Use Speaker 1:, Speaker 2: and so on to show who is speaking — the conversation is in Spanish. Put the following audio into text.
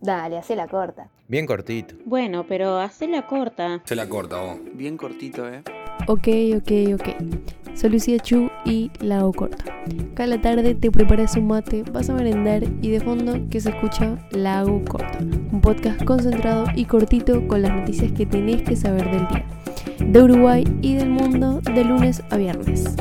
Speaker 1: Dale, hacé la corta.
Speaker 2: Bien cortito.
Speaker 3: Bueno, pero hacela corta.
Speaker 4: Se la corta vos.
Speaker 5: Bien cortito, ¿eh?
Speaker 6: Ok, ok, ok. Soy Lucía Chu y la hago corta. Cada tarde te preparas un mate, vas a merendar y de fondo que se escucha La hago corta. Un podcast concentrado y cortito con las noticias que tenés que saber del día. De Uruguay y del mundo de lunes a viernes.